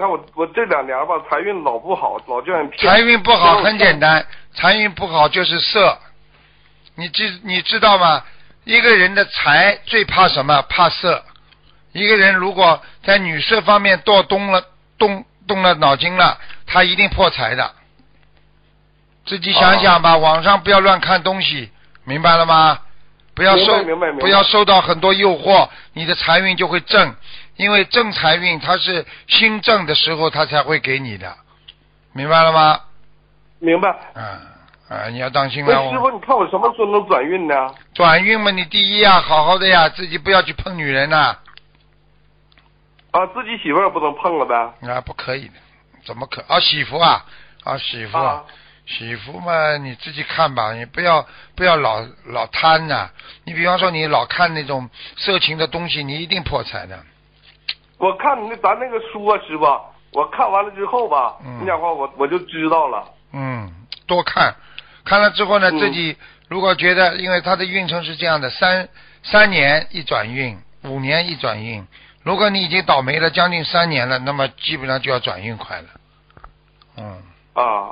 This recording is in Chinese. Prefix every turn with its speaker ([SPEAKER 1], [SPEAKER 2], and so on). [SPEAKER 1] 看我我这两年吧，财运老不好，老叫人骗。啊
[SPEAKER 2] 财运不好
[SPEAKER 1] 然后
[SPEAKER 2] 很简单，财运不好就是色。你知你知道吗？一个人的财最怕什么？怕色。一个人如果在女色方面多动了动动了脑筋了，他一定破财的。自己想想
[SPEAKER 1] 哦
[SPEAKER 2] 吧，网上不要乱看东西，明白了吗？不要
[SPEAKER 1] 明白
[SPEAKER 2] 受
[SPEAKER 1] 明白明白
[SPEAKER 2] 不要受到很多诱惑，你的财运就会正，因为正财运它是心正的时候，它才会给你的，明白了吗？
[SPEAKER 1] 明白？哎
[SPEAKER 2] 啊啊，你要当心了。
[SPEAKER 1] 那师傅，
[SPEAKER 2] 我
[SPEAKER 1] 你看我什么时候能转运呢？
[SPEAKER 2] 转运嘛，你第一呀，好好的呀，自己不要去碰女人呐、
[SPEAKER 1] 啊，自己媳妇儿不能碰了呗？
[SPEAKER 2] 啊，不可以的，怎么可？啊，媳妇啊，啊，媳妇
[SPEAKER 1] 啊，
[SPEAKER 2] 媳妇嘛，你自己看吧，你不要不要老老贪呐、你比方说，你老看那种色情的东西，你一定破财的。
[SPEAKER 1] 我看你那咱那个书啊，师傅，我看完了之后吧，
[SPEAKER 2] 嗯
[SPEAKER 1] 你讲话我我就知道了。
[SPEAKER 2] 嗯，多看，看了之后呢，
[SPEAKER 1] 嗯
[SPEAKER 2] 自己如果觉得，因为它的运程是这样的，三三年一转运，五年一转运。如果你已经倒霉了将近三年了，那么基本上就要转运快了。嗯。
[SPEAKER 1] 啊，